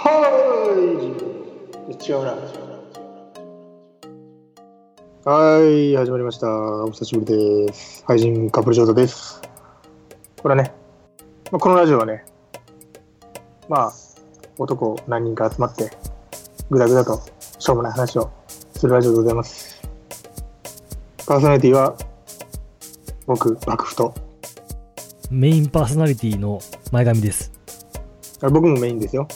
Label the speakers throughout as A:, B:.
A: はい違うなはい始まりましたお久しぶりです配信カップルショートですこれはね、まあ、このラジオはねまあ男何人か集まってぐだぐだとしょうもない話をするラジオでございますパーソナリティは僕幕府と
B: メインパーソナリティの前髪です。
A: あ僕もメインですよ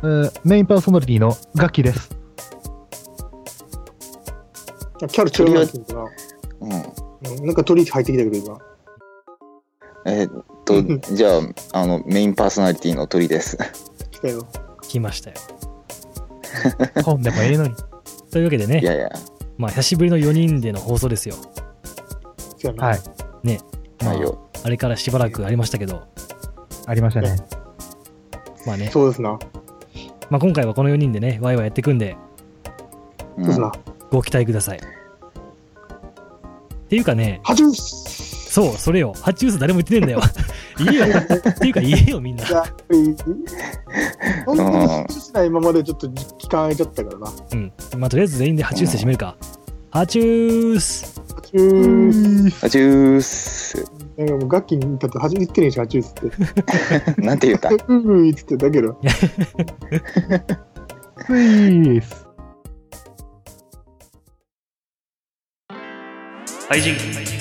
C: えーメインパーソナリティのガッキーです。
A: あキャル違うなって言うのか
D: うん、
A: なうんなんか鳥入ってきたけど今
D: えーっとじゃああのメインパーソナリティの鳥です。
A: 来たよ
B: 来ましたよ。
C: 本でもええのに。
B: というわけで
D: い
B: ね、
D: やいや、
B: まあ、久しぶりの4人での放送ですよ。
A: 来たな
C: はい。
B: まあ
D: はい、よ。
B: あれからしばらくありましたけど、
C: ありましたね。
B: まあね、
A: そうですな
B: まあ、今回はこの4人でね、ワイワイやっていくんで、
A: そ
D: う
A: うですな。
B: ご期待ください。っていうかね、
A: ハチュース
B: そう、それよ、ハチュース誰も言ってねえんだよ。言えよ。っていうか言えよ、みんな。
A: やっぱり、本当にハチュースな今までちょっと期間空いちゃったからな。ハ
B: うん。まあ、とりあえず全員でハチュースで締めるか。ハチュース
A: チュース。
D: あジュース。
A: なんかもう楽器に立って、はじ言ってねえし、ハチュースって。
D: なんて言った
A: うーん、言ってたけど。
C: スイース。
B: 配信
A: 配信。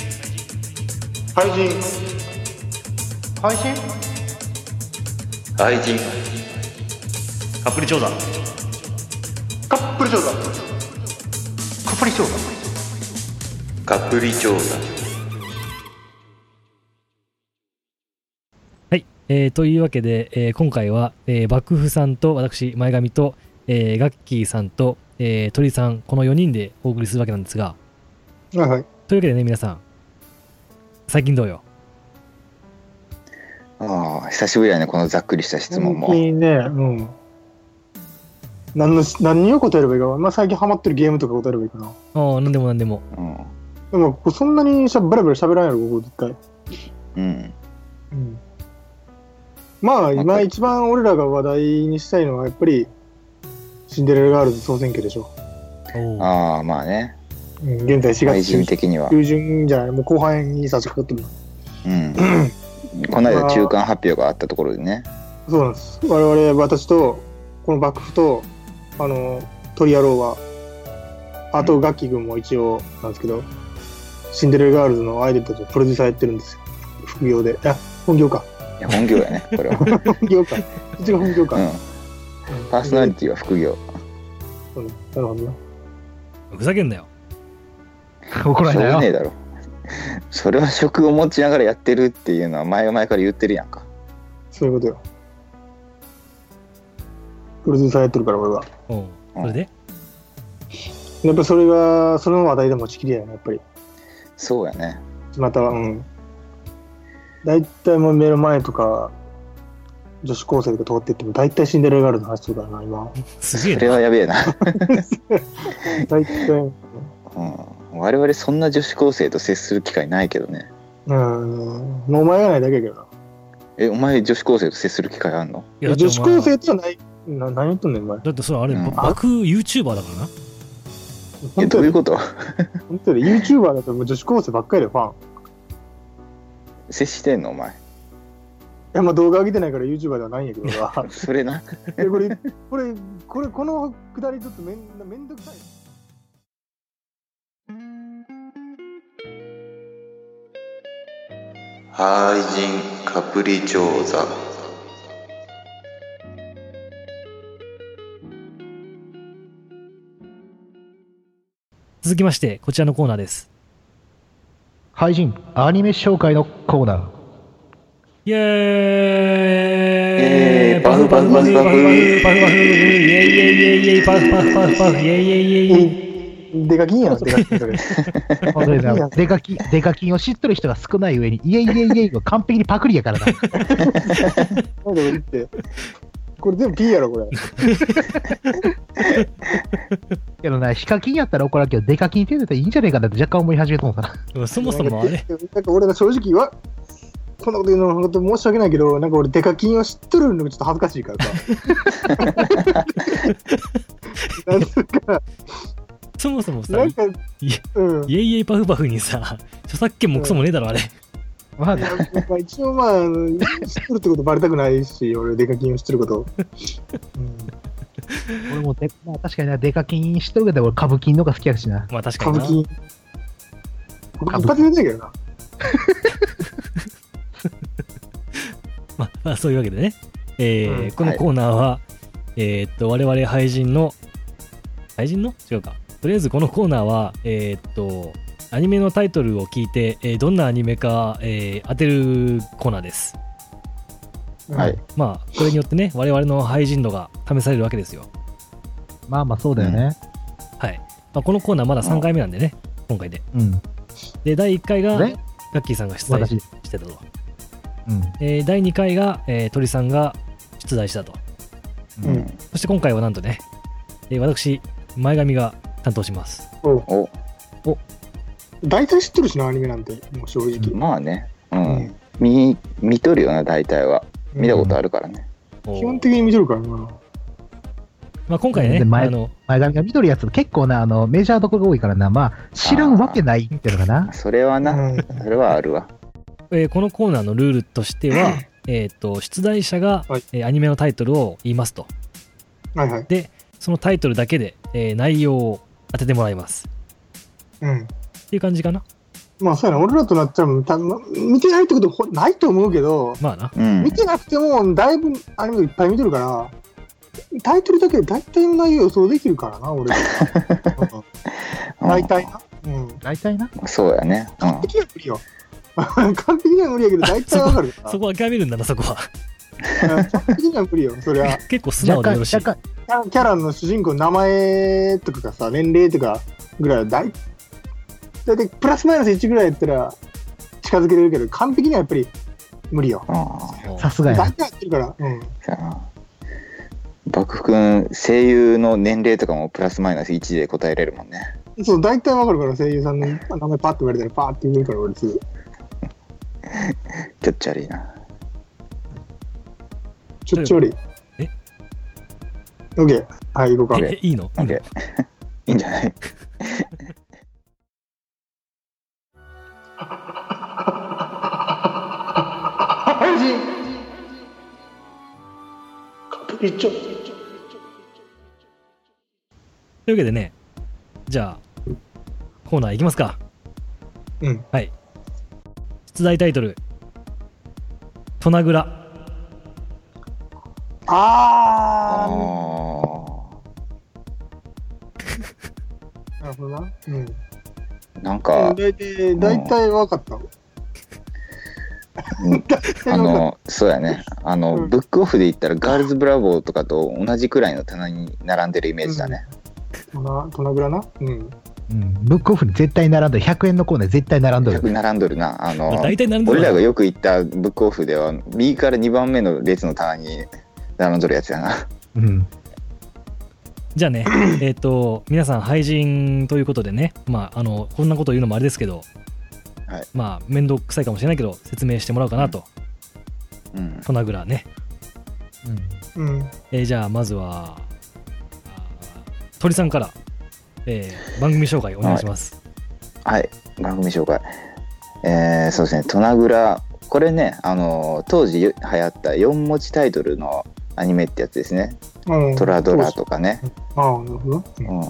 A: 配信
D: 愛人。
B: カップル調査
A: カップル調査。カップル調査。
D: カプリ調査。
B: はい、えーというわけで、えー今回は、えー、幕府さんと私前髪と、えーガッキーさんと、えー鳥さんこの4人でお送りするわけなんですが
A: はいはい。
B: というわけでね皆さん最近どうよ
D: ああ久しぶりだねこのざっくりした質問
A: 本当
D: も。
A: にね、うん。何の、何を答えればいいか。まあ、最近ハマってるゲームとか答えればいいかな。
B: ああ何でも何でも
D: うん。
A: でも、ここそんなにしゃ、バラバラ喋らんやろ、ここ絶対。
D: うん。
A: うんまあ今一番俺らが話題にしたいのはやっぱりシンデレラガールズ総選挙でしょ、
B: おー
D: ああまあね。
A: うん、現在4
D: 愛
A: 月
D: 人的には。
A: 中旬じゃないもう後半に差し掛かってる
D: うん。この間中間発表があったところでね。
A: そうなんです我々私とこの幕府とあの鳥野郎はあとガッキー君も一応なんですけど、シンデレラガールズのアイドルたちをプロデューサーやってるんですよ副業であ本業か
D: いや本業やねこれは。う
A: 本業か一応本業か、うん
D: ん。パーソナリティは副業。
A: うんなるほどな
B: ふざけんなよ
C: 怒ら
D: しょう
C: れ
D: が
C: な
D: ね
C: い
D: え
C: よ。
D: だろ。それは職を持ちながらやってるっていうのは前々から言ってるやんか。
A: そういうことよ。プロデューサーやってるから、俺は。
B: おうそれで
A: やっぱそれが、その話題で持ちきりやね、やっぱり。
D: そうやね。
A: または、うん。大体もう目の前とか、女子高生とか通ってっても、大体シンデレラガールの話するからな、今。
B: すげえ
D: それ
B: な
D: はやべえな。
A: 大体、う
D: うん、我々そんな女子高生と接する機会ないけどね
A: ーん、もうお前がないだけやけどな。
D: えお前女子高生と接する機会あんの
B: いやだって
A: 女
B: お
A: 子
B: 前
A: 高生とはない、な何言っとんねん、お前。
B: だってそれあれ、
D: うん
B: 爆 YouTuber だからな
D: え
A: 本当
D: どういう
A: に、
D: こと
A: 本当に、YouTuber だともう女子高生ばっかりで、ファン。い
D: 接してんのお前
A: や、まあ動画上げてないから YouTuber ではないんやけど、俺は
D: それな
A: えこ れ、これ、これ、このくだりちょっとめんめんどくさい。
E: 愛人カプリ調査
B: 続きましてこちらのコーナーです
C: 配信、アニメ紹介のコーナー。
B: イエーイ
D: イエーイパフパフパフパフ
B: パフパフパフパフイエーイイエーイイエーイパフパフパフパフイエーイイエーイイエーイ
A: 出かきんやん、出かきんそれ。
C: 本当にな出かき、出かきを知っとる人が少ない上に、イエイイエイイエイを完璧にパクリやからな。
A: なんで俺って。これ全部 P やろ、これ。
C: けどな、ヒカキンやったら怒らんけど、出か きに手出たらいいんじゃねえかなって若干思い始めたもんな。
B: そもそもあれ、
A: なんか俺が正直は、こんなこと言うの本当申し訳ないけど、なんか俺、デカキンを知っとるのがちょっと恥ずかしいからさ。なんつうか、
B: そもそもさ
A: な、んか、
B: い
A: うん。
B: イエイイエイパフパフにさ、著作権もクソもねえだろ、あれ。
C: まあ
A: い、やまあ一応まあ、あの知っとるってことバレたくないし、俺、デカキンを知っとること。うん
C: 俺もで、まあ、確かにな、デカ金しとるけど、俺、歌舞伎の方が好きやしな。
B: まあ確か
A: 歌
B: に
A: 舞
B: な。
A: 伎。僕一発目だけどな。
B: まあ、まあ、そういうわけでね、えー
A: うん
B: このコーナーは、えーっと、我々廃人の、廃人の違うか。とりあえずこのコーナーは、えーっと、アニメのタイトルを聞いて、えーどんなアニメか、えー当てるコーナーです。
D: はい。
B: まあ、これによってね、我々の廃人度が試されるわけですよ。
C: まあまあ、そうだよね。
B: はい。まあ、このコーナーまだ3回目なんでね、今回で。
C: うん。
B: で、第1回が、
C: ね
B: ガッキーさんが出題
C: 私
B: し。てたと。
C: うん。
B: えー第2回が、えー鳥さんが出題したと。
A: うん
D: うん
B: そして今回はなんとね、えー私、前髪が担当します。
D: お
A: 大体知っとるしな、アニメなんて、もう正直。
D: まあねう
A: うんん
D: 見見とるよな大体は見たことあるからね
A: 基本的に見てるからな。
B: まあ、今回
C: で
B: ね、
C: 前
B: あの
C: 前髪が緑やつ、結構な、あの、メジャーどころが多いからな、まあ、知らんわけないっていうのかな。
D: それはな
A: うん
D: それはあるわ
B: えーこのコーナーのルールとしては、えーと出題者が、
A: はい
B: えーアニメのタイトルを言いますと、
A: はいはい。
B: そのタイトルだけで、えー内容を当ててもらいます。
A: うん。
B: っていう感じかな。
A: まあそうやな、俺らとなっちゃうたま見てないってことほないと思うけど、
B: まあな。
D: うん
A: 見てなくても、だいぶアニメいっぱい見てるから、タイトルだけで大体の内容予想できるからな、 俺らは。うん大体な。うん。
C: 大体な。
D: うんそうやね
A: 完璧は無理よ。 完璧には無理やけど、大体わか るから。
B: そこ諦めるんだな、そこは。
A: うん完璧には無理よ、そりゃ。
B: 結構素直で
C: 若
B: よ
C: 干、
B: ろしい。
C: 若干、
A: キャラキャラの主人公の名前とかがさ、年齢とかぐらいは大、だいたいプラスマイナス1ぐらいやったら近づけれるけど、完璧にはやっぱり無理よ。
D: うんうん
B: うん
C: さす
A: 大
C: がやな。
A: 体やってるから、うん。
D: さあ爆君声優の年齢とかもプラスマイナス1で答えれるもんね
A: そう、大体わかるから、声優さんの名前パッと言われたら、パーって言えるから、俺すぐ。
D: ちょっちゃりいな
A: ちょっちょり。
B: え
A: ?OK。はい、行こうか。
B: えいいのいいの
D: OK いいんじゃない
B: というわけでね、じゃあ、コーナーいきますか。
A: うん。
B: 出題タイトル、トナグラ。
D: あ
A: あ
D: ー
A: ー、なるほどな。うん。
D: なんか
A: 大体、大体わかった。
D: うん
A: 大体
D: あ
A: わかっ
D: のそうやねあの、
A: うん
D: ブックオフで言ったらガールズブラボーとかと同じくらいの棚に並んでるイメージだね、
A: た。トナトナグラな。うん。
C: うん。ブックオフに絶対並んどる。100円のコーナー絶対並んど
D: よく
C: る。
D: 並んどるなあの、
B: まあ、大体何でも
D: 俺
B: な
D: ら
B: い
D: がよく行ったブックオフでは右から2番目の列の棚に並んどるやつやな
C: うん。
B: じゃあね、 えっ、と、皆さん、廃人ということでね、まあ、あの、こんなこと言うのもあれですけど、
D: はい
B: まあ、面倒くさいかもしれないけど、説明してもらおうかなと、
D: うん
B: トナグラね。
C: うん。
A: うん。
B: えーじゃあ、まずは、あー鳥さんから、えー番組紹介お願いします。
D: はい、番組紹介。えー、そうですね、トナグラ。これね、あのー当時流行った4文字タイトルのアニメってやつですね。
A: うん
D: トラドラとかね。
A: ああ、なるほど。
D: うん、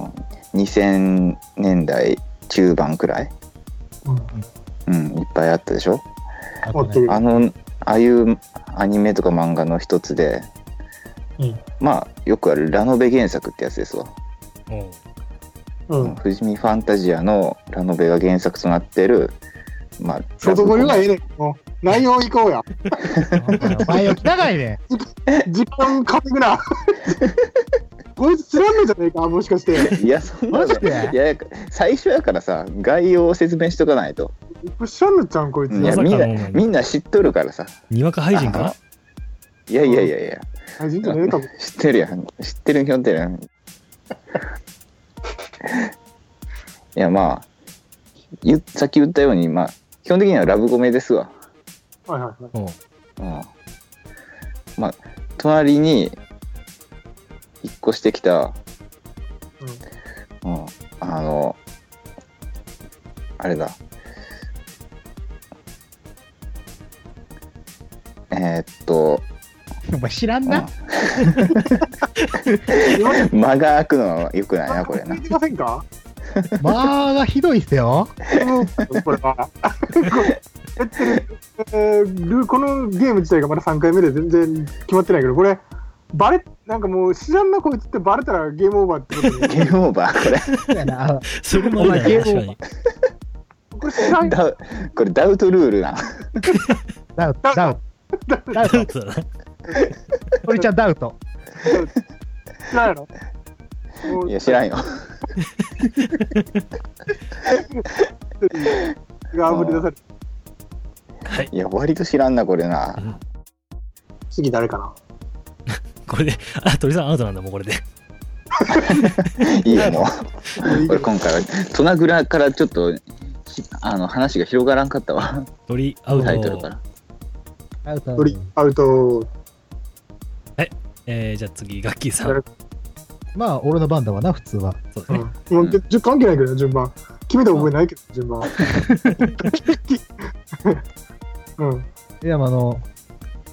D: 2000年代中盤くらい、
A: うん
D: うん、いっぱいあったでしょ
C: あ
A: お
C: と
A: っ
C: ね
A: と
D: あの、ああいうアニメとか漫画の一つで、
A: うん
D: まあ、よくあるラノベ原作ってやつですわ。
B: おう
A: うん。
D: 富士見ファンタジアのラノベが原作となってる、まあ、
A: 外堀はええねん。もう内容行こ うや。
C: 前置き長いね。
A: 時間稼ぐな。 こいつつらんのじゃねえか、もしかして。
D: いや、そんな
C: マ
D: の
C: ジで
D: いや最初やからさ概要を説明しとかないと
A: これ知らんのちゃうん、こいつ。
D: い
B: ま
D: や
B: さか
D: みんな
B: のお前
D: みんな知っとるからさ
B: にわか廃人か
D: あいやいやいやいや
A: 大人じゃねえかも。
D: 知ってるやん知ってるにょんてるやん いやまあ言っさっき言ったようにまあ基本的にはラブコメですわ
A: はいはいはい。
B: うん、
D: うんまあ隣に引っ越してきた、うんあのあれだえーっと、
C: お前知らん
D: うん
C: な。
D: 間が空くのはよくないなこれ
A: 聞
D: ない
A: てませんか
C: まあがひどいっすよ。
A: これは。やってる、えールこのゲーム自体がまだ3回目で全然決まってないけど、これ、バレ、なんかもう知らんなこいつってバレたらゲームオーバーってこと
D: ゲ
A: で、
D: ームオーバーこれ
C: そうやな
B: それもあるだ
C: お前ゲ
B: ね
C: ー
B: 確
C: ム
B: か
C: オー
B: に
A: これ知らん
D: ダウこれダウトルールな
C: ダウト、ダウト。ダウト。
B: そうだな
C: 鳥ちゃんダウト。
A: 知らんやろもう
D: いや知らんよ
A: があぶり出されて
B: はい
D: いや割と知らんなこれな
B: うん
A: 次誰かな
B: これであ鳥さんアウトなんだもうこれで
D: いいよもうこれ今回はトナグラからちょっとひあの話が広がらんかったわ
B: 鳥アウ
D: タイトル
B: ト
D: から
C: ダウト。
A: 鳥アウト
B: えーじゃあ次ガッキーさん
C: まあ、俺の番だわな、普通は。
B: そうで
A: う
B: すね、
A: んもうじゅ関係ないけど順番決めた覚えないけど順 番うん
C: いや、まああの、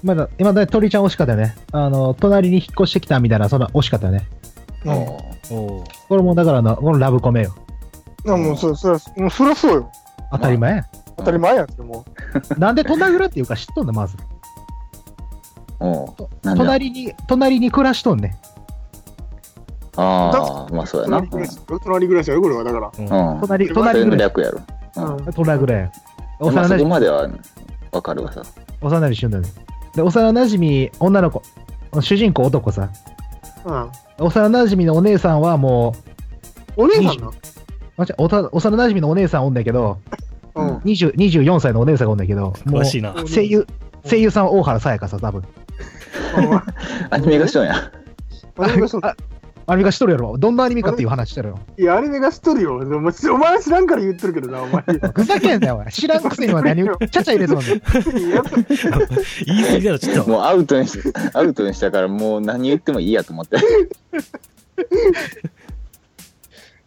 C: まだ、今だ、鳥ちゃん惜しかったよね。あの、隣に引っ越してきたみたいな、そんな惜しかったよね。
A: うん
D: おー
B: おお
C: これも、だからあの、このラブコメよ。
A: いやもうそそらもうそらそうよ
C: 当たり前や。
A: 当たり前やんそれも
C: なんで隣らっていうか知っとんだ、まず。
D: おうなんだ
C: 隣に、隣に暮らしとんね。
D: ああまあそうやな
A: 隣暮らし隣暮らしはよこれはだから
D: うん、うん、
C: 隣、
D: それ
C: 隣ぐ
D: の
C: らい。
D: 略やろ、うん
A: うん
C: 隣ぐらいや。
D: まあ、
C: 幼
D: そ
C: なじ
D: こ
C: み、
D: まではわかるわさ
C: 幼なじみしとんだよね。で、幼なじみ、女の子。主人公男さ。
A: うん
C: 幼なじみのお姉さんはも
A: お姉さんな
C: う、あ違うおた幼なじみのお姉さんおんだけど、
A: う
D: うん
A: ん
C: 20 24歳のお姉さんがおんだけど、も
B: 詳
C: う
B: しいな
A: もう
C: 声優、声優さんは大原さやかさ、多分。
D: アニメがしとんや
A: アニメがしとる
C: あアニメ化しとるやろ。どんなアニメかっていう話してるよ。
A: いやアニメがしとるよお前お前知らんから言ってるけどなお 前
C: ふざけんなよ、おい知らんくせには何 を、ちゃちゃ入れそうね。
A: やっぱ
B: 言い過ぎだろちょっと
D: もうアウトにしアウトにしたからもう何言ってもいいやと思って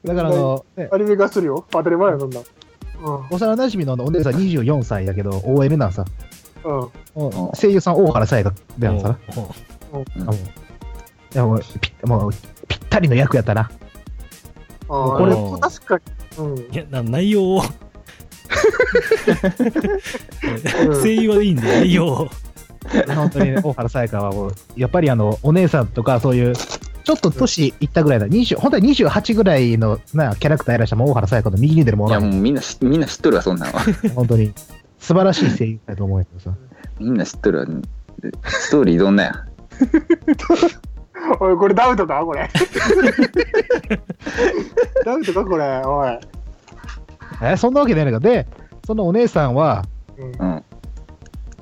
C: だからあの、ね
A: アニメがしとるよ当たり前やそんなうん
C: 幼なじみのお姉さん24歳だけど、OL なんさ。
A: うん
D: ん
C: 声優さん大原さやかでなんさな。
B: おうおう
D: う
C: あ
D: ん
C: もういやもうぴもうぴったりの役やったな。
A: ああ
C: こ
A: こ
C: れ
A: れ確かにうん
B: いやな内容を
A: うん
B: 声優はいいんで内容を
C: 本当にね、大原さやかはもう、やっぱりあの、お姉さんとかそういう、ちょっと年いったぐらいだ。20、本当は28ぐらいのなキャラクターやらしたもう大原さやかの右に出るも
D: いや
C: の
D: もうみんな知みんな知っとるわそんなんは
C: 本当に。素晴らしい声優だと思うんやけどさ。
D: みんな知っとるわストーリーどんなや
A: おい、これダウトかこれ。 ダウトかこれ、おい。
C: えそんなわけないんだけど、で、そのお姉さんは、
A: うん
D: うん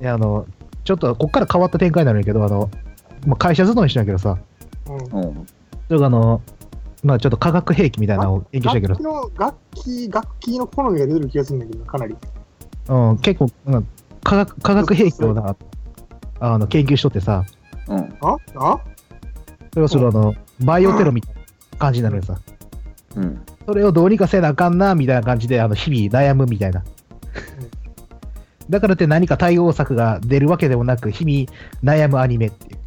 C: いやあの、ちょっとこっから変わった展開になるんやけど、あの、まあ、会社勤めしてんやけどさ、
A: うん
D: うん
C: ちょっとあの、まあちょっと化学兵器みたいなのを研究したけ
A: 楽器の楽器、楽器の好みが出てる気がするんだけどな、かなり。
C: ど、うん、結構、うん化学化学兵器をなあの研究しとってさ、
D: うん
A: ああ
C: それをするあの、バイオテロみたいな感じになるんやさ、
D: うん
C: それをどうにかせなあかんな、みたいな感じで、あの日々悩むみたいな。だからって何か対応策が出るわけでもなく、日々悩むアニメっていう。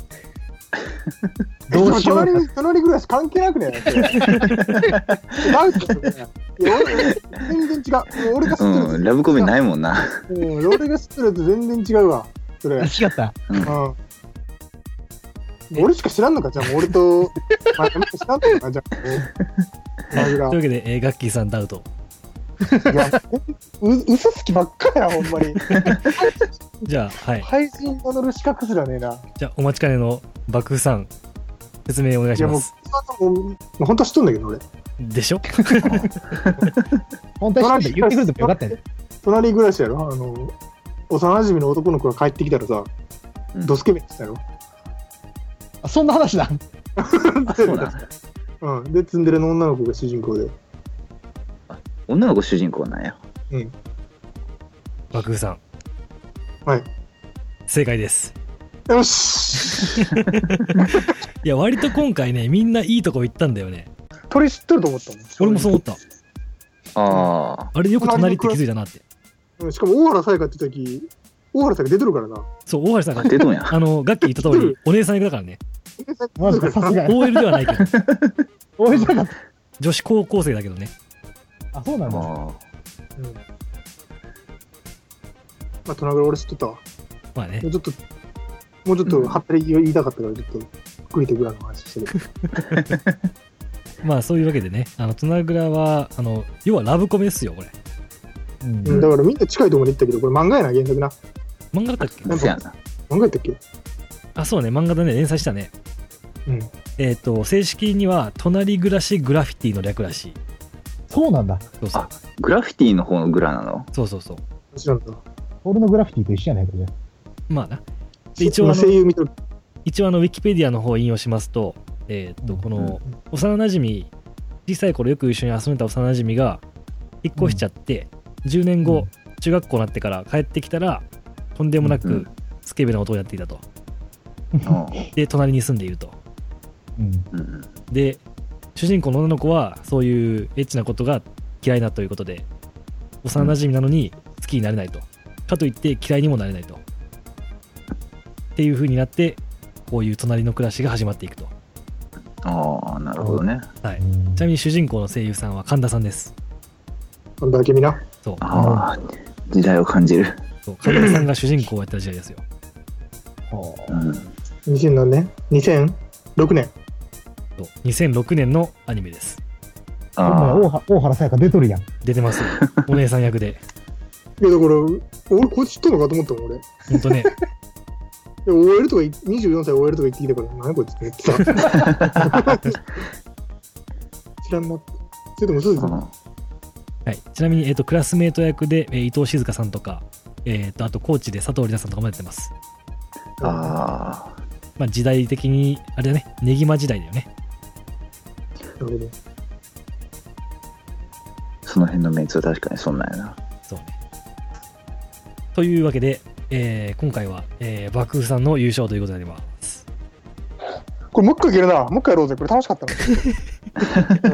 C: どうしようか
A: えでも隣隣暮らし関係なくねだってダウトだよねいや俺全然違う。もう俺が知ってるやつ
D: うん、ラブコメないもんな。
A: うん俺が知ってるやつ全然違うわ。それ。う
C: あ
A: ん
C: 違った。
A: もう俺しか知らんのかじゃあもう俺と、あ俺しか知らんのかじゃあもう。マグラ
B: というわけで、えーガッキーさんダウト
A: いや、う嘘つきばっかや、ほんまに。
B: じゃあはい
A: 配信名乗る資格すらねえな。
B: じゃあお待ちかねの爆風さん説明お願い
A: い
B: し
A: や、
B: ま
A: もう
B: す、
A: もうもう本当は知っとんだけど、俺。
B: でしょ
C: 本当は知ってた言ってくれてもよかったよね。
A: 隣暮らしやろあの、幼馴染の男の子が帰ってきたらさ、
D: うん
A: ドスケベってたやろ。
C: あそんな話だ。
D: あ、そうなん。
A: うん。で、ツンデレの女の子が主人公で。
D: 女の子主人公なんや。
B: 爆風さん
A: はい
B: 正解です。
A: よし
B: いや、割と今回ね、みんないいとこ行ったんだよね。
A: 鳥知ってると思ったもん。
B: 俺もそう思った。
D: ああ。
B: あれよく隣って気づいたなって。
A: うんしかも大原さやかって時、大原さやか出てるからな。
B: そう、大橋さんが、
D: 出とんや。
B: あの、ガッキー言った通り、お姉さん役だからね。
C: マジか、さすがや。
B: OL ではないけど、
C: おいしなかっ
B: 女子高校生だけどね。
C: た。あ、そうなんだ。
A: う
D: あ
A: ん。まあ、トナグラ俺知っとったわ。
B: まあね
A: もう。ちょっと、もうちょっと、はったり言いたかったから、ちょっと、食いてぐらいの話してる。
B: まあそういうわけでね、あの、トナグラは、あの、要はラブコメですよ、これ。
C: うん
A: うんだからみんな近いところで行ったけど、これ漫画やな、原作な。
B: 漫画だったっけ
D: あ。せやな。
A: 漫画やったっけ
B: あ、そうね、漫画だね、連載したね。
A: うん。
B: えっ、と、正式には、隣暮らしグラフィティの略らしい。
C: そうなんだ。
B: そうそう
D: あ。グラフィティの方のグラなの
B: そうそうそう。
A: 知らんな。
C: 俺のグラフィティと一緒じゃないかね。
B: まあな。で一応あの
A: 今声優見とる。
B: 一応あのウィキペディアの方を引用しますと,、えーっと
C: うん
B: この幼なじみ小さい頃よく一緒に遊んでた幼なじみが引っ越しちゃって、10年後、中学校になってから帰ってきたらとんでもな
D: うんう
B: く
D: ん
B: スケベな音をやっていたと
D: う
B: で隣に住んでいると
C: うん。
D: んうん。
B: で主人公の女の子はそういうエッチなことが嫌いなということで幼なじみなのに好きになれないとかといって嫌いにもなれないとっていう風になってこういう隣の暮らしが始まっていくと
D: ああ、なるほどね。
B: はいちなみに主人公の声優さんは神田さんです。
A: なんだ、君な。
B: そう。
D: ああ、時代を感じる。
B: そう神田さんが主人公をやった時代ですよ。
C: ほう
D: うん。
A: 2000何年 ?2006 年。
B: そう2006年のアニメです。
D: あ
C: お前大は大原さやか出とるやん。
B: 出てますよ。お姉さん役で。
A: いや、だから、俺、こいつ知っとんのかと思ったもん、俺。い
B: ほんとね、
A: や、OL とか、24歳 OL とか言ってきたから、何やこいつって言ってた。知らんなって。それとも、そうですね。
D: あ。
B: はい、ちなみに、えー、とクラスメート役で、えー伊藤静香さんとか、えー、とあとコーチで佐藤里奈さんとかもやってます。
D: ああ。
B: まあ、時代的に、あれだね、ネギマ時代だよね。
A: なるほど。
D: その辺のメンツは確かにそんなんやな。
B: そうね。というわけで、えー今回は、えー、幕府さんの優勝ということになります。
A: これ、もう一回いけるな。もう一回やろうぜ。これ、楽しかったな。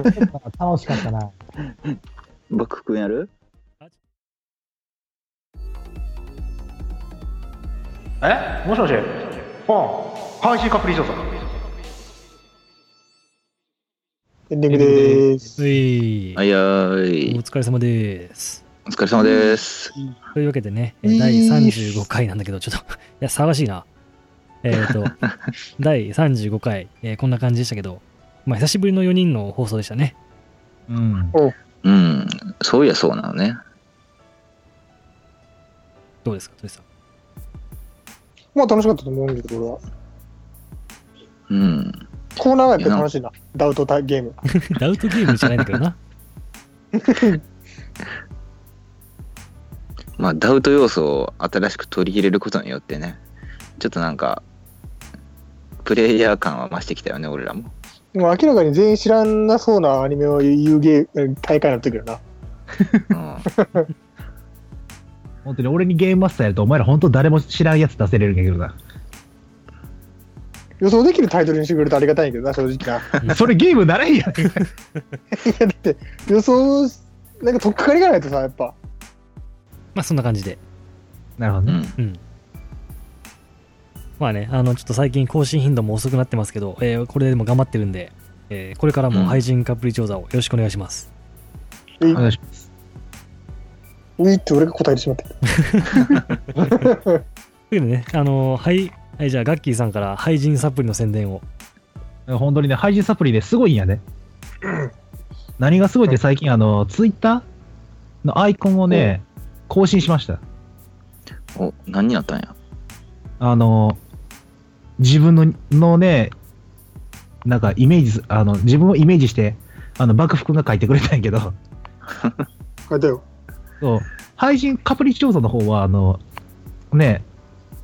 C: 楽しかったな。
D: バック君やる
F: えもしもしああ、配信カプリ調査。
A: エンディングでーす。
B: うい
D: はいや
B: お
D: ーい。
B: 疲れ様です。
D: お疲れ様です。
B: というわけでね、えー第35回なんだけど、ちょっと、いや、騒がしいな。えっ、と、 第35回、えーこんな感じでしたけど、まあ、久しぶりの4人の放送でしたね。
C: うん。
D: うん。そういや、そうなのね。
B: どうですか、鳥さん。
A: まあ、楽しかったと思うんだけど、俺は。
D: うん。
A: コーナーがやっぱり楽しいな。ダウトタイゲーム。
B: ダウトゲームじゃないんだけどな。
D: まあ、ダウト要素を新しく取り入れることによってね、ちょっとなんか、プレイヤー感は増してきたよね、俺らも。
A: でも明らかに全員知らなそうなアニメを言うゲー大会の時だな。
D: うん。
C: 本当に俺にゲームマスターやると、お前ら本当誰も知らんやつ出せれるんやけどな。
A: 予想できるタイトルにしてくれるとありがたいんやけどな、正直な。
C: それゲームならへんやん。
A: いやだって予想なんか取っかかりがないとさやっぱ
B: まあ、そんな感じで。
C: なるほど
D: う
C: ね。
D: ん。
B: うん。まあね、あの、ちょっと最近更新頻度も遅くなってますけど、えーこれでも頑張ってるんで、えーこれからも配信カプリ調査をよろしくお願いします。
A: うい
C: お願いしま
A: ういって俺が答えてしまって
B: というわけでね、あのーはい、はい、じゃあ、ガッキーさんから配信サプリの宣伝を。
C: す本当にね、配信サプリね、すごいんやね。何がすごいって最近、あの、ツイッターのアイコンをね、更新しました。
D: お、何になったんや。
C: あの、自分ののね、なんかイメージす、あの、自分をイメージして、あの、幕府君が書いてくれたんやけど、
A: 書いたよ
C: そう、配信カプリ調査の方は、あの、ね、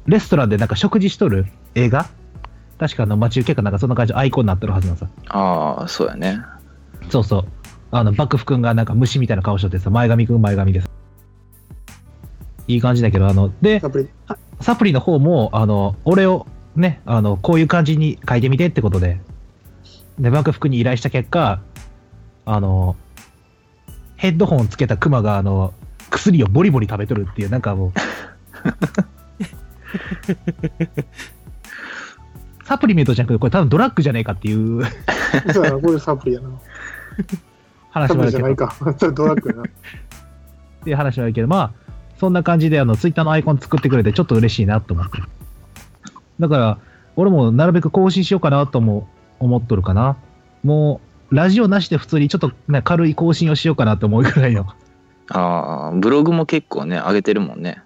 C: レストランでなんか食事しとる映画確かあの待ち受けかなんかそんな感じのアイコンになってるはずなんさ。
D: ああ、そうやね。
C: そうそう。あの、幕府君がなんか虫みたいな顔しとってさ、前髪君前髪です。いい感じだけど、あの、で
A: や、っぱり、
C: サプリの方も、あの、俺をね、あの、こういう感じに書いてみてってことで、ネバク服に依頼した結果、あの、ヘッドホンつけたクマが、あの、薬をボリボリ食べとるっていう、なん かもう、サプリメントじゃなくて、これ多分ドラッグじゃねえかっていう
A: そうやな、これサプリやな。
C: 話
A: サ
C: も
A: プ
C: あ
A: リじ
C: る
A: ゃ
C: け
A: な
C: ど
A: い、か。 それドラッグやな。
C: っていう話もあるけど、まあ、そんな感じで、あの、ツイッターのアイコン作ってくれて、ちょっと嬉しいなと思って。だから、俺もなるべく更新しようかなとも思っとるかな。もう、ラジオなしで普通にちょっと、ね、軽い更新をしようかなと思うぐらいの。
D: ああ、ブログも結構ね、上げてるもんね。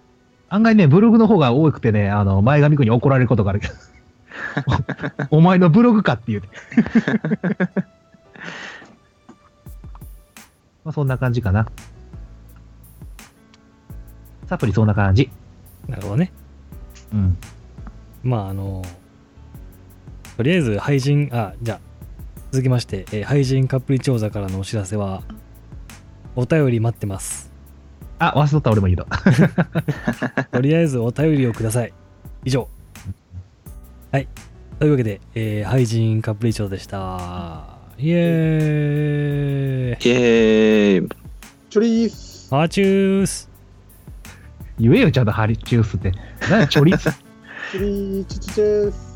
C: 案外ね、ブログの方が多くてね、あの、前髪君に怒られることがある けど。おお前のブログかっていう。 まあそんな感じかな。サプリそんな感じ。
B: なるほどね。
C: うん。
B: まああのとりあえず廃人あじゃあ続きまして、えー、廃人カプリ調査からのお知らせはお便り待ってます
C: あ、忘れとった 俺もいいけど。
B: とりあえずお便りをください以上はいというわけで、えー、廃人カプリ調査でしたイエーイ
D: イエーイ
A: チョリース。
B: ハーチュース
C: 言えよ、ちゃんとハリチュースって。なんやチョリス
A: チョリーチチチェース。